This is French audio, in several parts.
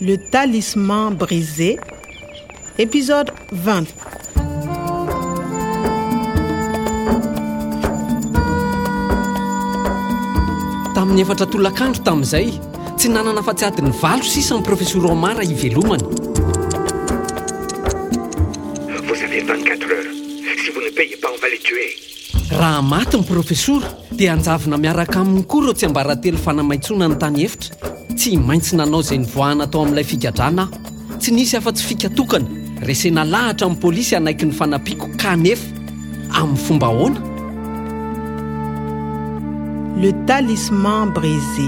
Le talisman brisé, épisode 20. tamin'ny efatra tolakandro tamin'izay tsy nanana fatsiadiny valo sisa ny professeur omara hivelomany Vous avez 24 heures. Si vous ne payez pas, on va les tuer. raha maty ny profesora dia anjavina miaraka aminy koa ireo tsy ambarantelo fanamaintsona ny tany efitra tsy maintsy nanao izay nivoahana tao amin'ilay figadrana aho tsy nisy afa-tsy fikatokana resena lahatra amin'ny pôlisy anaiky ny fanampiako kanefa amin'ny fomba ahoana Le talisman brisé.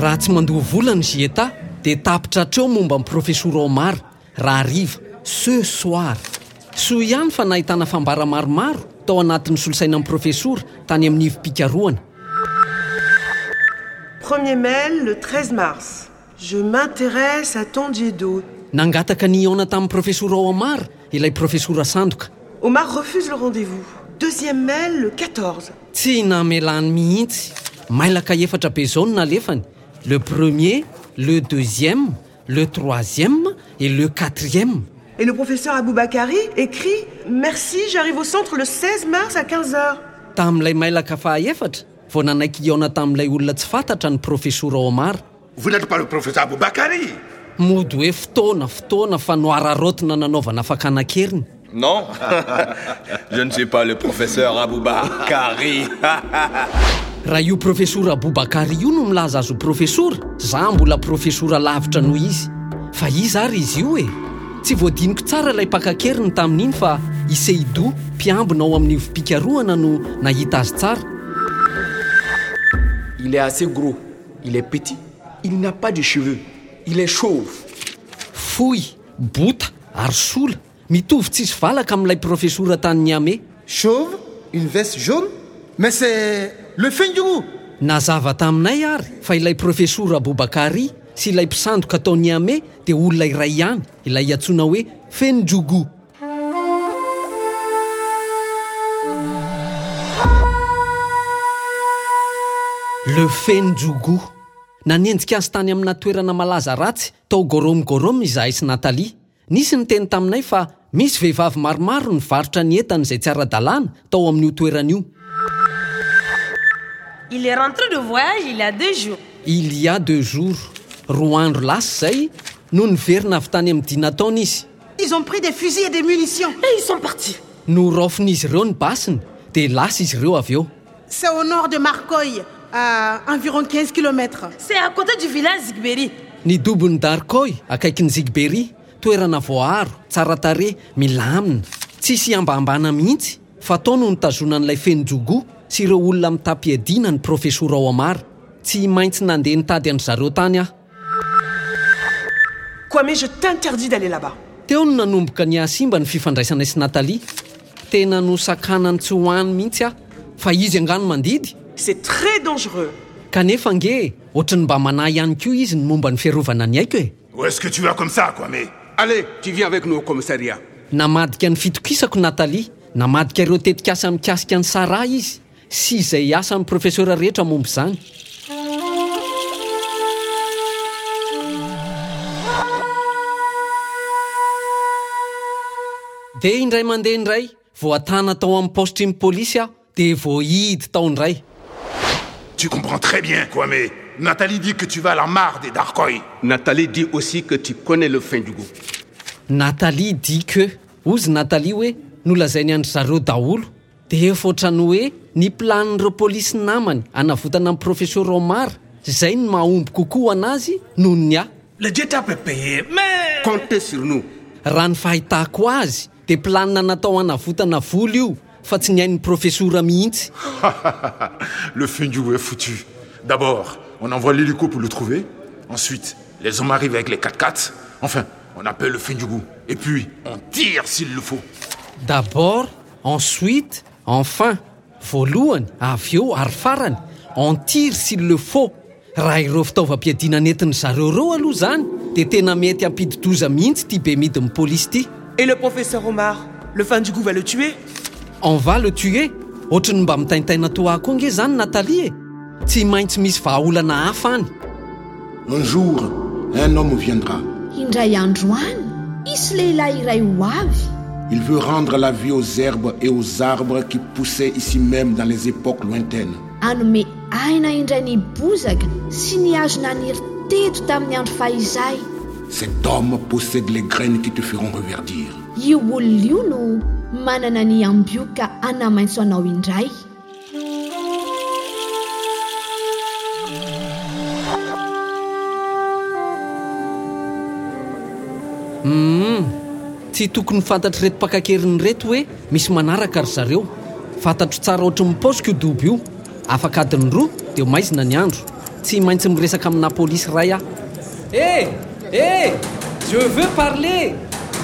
raha tsy mandoa vola ny jeta dia tapitra hatreo momba ny profesora omara raha riva ce soir soa ihany fa nahitana fambara maromaro tao anatin'ny solosaina amin'ny profesora tany amin'ny ivom-pikaroana Premier mail le 13 mars. Je m'intéresse à ton jet d'eau. nangataka ny aona tamin'ny profesora omara ilay profesora sandoka Omar refuse le rendez-vous. Deuxième mail le 14. tsy namelany mihitsy mailaka efatra be izao no nalefany le premier le deuxième le troisième et le quatrième Et le professeur Aboubakari écrit Merci, j'arrive au centre le 16 mars à 15h. tamin'ilay mailaka fahaefatra vao nanaiky iaona tamin'ilay olona tsy fantatra ny profesora omara Vous n'êtes pas le professeur Aboubakari mody hoe fotoana fotoana fa noararaotina nanaovana fakana-keriny Non Je ne suis pas le professeur Abouba Kari. raha io profesora bobakary io no milaza azy ho profesora za mbola profesora lavitra noho izy fa iza ary izy io e tsy voadiniko tsara ilay mpaka-keriny tamin'iny fa iseido mpiambina ao amin'ny ovim-pikaroana no nahita azy tsara Il est assez gros, il est petit, il n'a pas de cheveux, il est chauve. fohy bota ary sola mitovy tsisy valaka amin'ilay profesora tany niame Chauve, une veste jaune, mais c'est le fin du goût. nazava taminay ary fa ilay profesora bobakary sy ilay mpisandoka atao niame dia olona iray ihany ilay antsoina hoe fenidrogo le fenidrogo nanenjika azy tany amina toerana malaza ratsy tao goromgorom izahay sy natalia nisy niteny taminay fa misy vehivavy maromaro ny varotra ny entana izay tsy ara-dalàna tao amin'io toerana io Il est rentré de voyage il y a deux jours. il y a deux jours roa andro lasa izay no nyverina avy tany amin'ny dina taona izy Ils ont pris des fusils et des munitions. Et ils sont partis. no raofin'izy ireo ny basiny dia lasa izy ireo avy eo C'est au nord de Marcoy, à environ 15 km. C'est à côté du village Zigberi. ny dobon'ny darkoy akaiky ny zigbery toerana voaharo tsara tare milamina tsisy ambambana mihitsy fa tao no nitazonan'ilay fenidrogo sy ireo olona mitapyadina ny profesora ao amara tsy maintsy nandeha nitady an'izareo tany aho Quoi, mais je t'interdis d'aller là-bas. teo no nanomboka ny asimba ny fifandraisana sy natalia tena nosakanany tsy hohany mihitsy aho fa izy angano mandidy C'est très dangereux. kanefa nge otrany mba manahy ihany koa izy ny momba ny fiarovana ny haiko e Où est-ce que tu vas comme ça, quoi, mais Allez, tu viens avec nous au commissariat. namadika ny fitokisako natalia namadika ireo tetikasa mikasika ny sara izy sy izay asan'ny profesera rehetra momby izany dia indray mandeha indray voatana tao amin'ny postrin'ny pôlisy aho dia voahidy tao indray Tu comprends très bien, quoi, mais Nathalie dit que tu vas à la mare des Darkoy. Nathalie dit aussi que tu connais le fin du goût. natalia di que ozy natalia hoe nolazainy andry zareo daholo dia efaotrany hoe ny planin'ireo pôlisy namany anavotana amin'ny professeur omara izay ny mahomby kokoa anazy noho ny ahy Le dieta peut payer, mais... Comptez sur nous. raha ny fahitako azy dia planina natao anavotana volo io fa tsy nihain'ny professora mihitsy le fin du goût est foutu. D'abord, on envoie l'hélico pour le trouver. Ensuite, les hommes arrivent avec les 4x4. Enfin, on appelle le fin du goût. Et puis, on tire s'il le faut. d'abord ensuite enfin voalohany avy eo ary farany entiry s'il le faut raha ireo fitaovam-piadiana nentin' zareo reo aloha izany dia tena mety hampididoza mihitsy ity be midin'ny pôlisy ity Et le professeur Omar, le fin du goût va le tuer on va le tuer ohatrany mba mitaintaina toa koa nge izany natalia e tsy maintsy misy vahaolana hafa any Un jour, un homme viendra. indray andro any isy lehilahy iray ho avy Il veut rendre la vie aux herbes et aux arbres qui poussaient ici même dans les époques lointaines. anome aina indray ny bozaka sy ny hazo naniry teto tamin'ny andro fahizay Cet homme possède les graines qui te feront reverdir. io olona io no manana ny ambioka anamaintso anao indray tsy tokony fantatry reto mpakakeriny reto hoe misy manaraka ry zareo fantatro tsara ohatry ny paosika io dobo io afaka adiny roa dia ho maizina ny andro tsy maintsy miresaka amina polisy ray aho eh eh je veux parler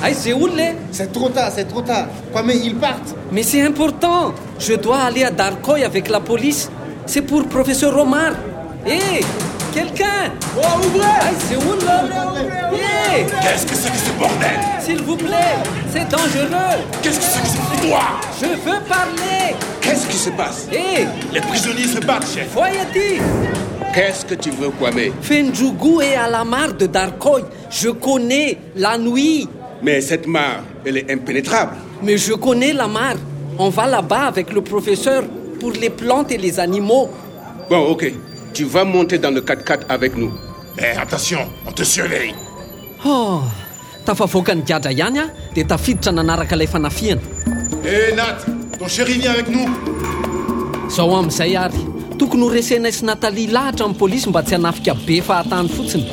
ay zay olona e C'est trop tard, c'est trop tard. Kwame, ils partent. mais c'est important je dois aller à darkoy avec la police c'est pour professeur romar eh quelqu'un oh, ay zay olona eh Qu'est-ce que c'est que ce bordel s'il vous plaît c'est dangereux Qu'est-ce que c'est que cette histoire je veux parler Qu'est-ce qui se passe eh Les prisonniers se battent, chef. Voyez-y, Qu'est-ce que tu veux, Kwame Fendjougou est à la mare de Darkoy. Je connais la nuit, Mais cette mare, elle est impénétrable. mais je connais la mare. On va là-bas avec le professeur pour les plantes et les animaux. Bon, ok. Tu vas monter dans le 4x4 avec nous. Mais Eh, attention, on te surveille. Oh, tafavoaka ny gadra ihany a dia tafiditra nanaraka ilay fanafiana. Hé Eh, Nat, ton chéri vient avec nous. Zao amin'izay ary, tokony ho resena sy Natalia lahatra amin'ny polisy mba tsy hanafika be fahatany fotsiny.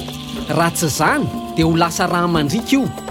Raha tsy izany dia ho lasa raha mandrika io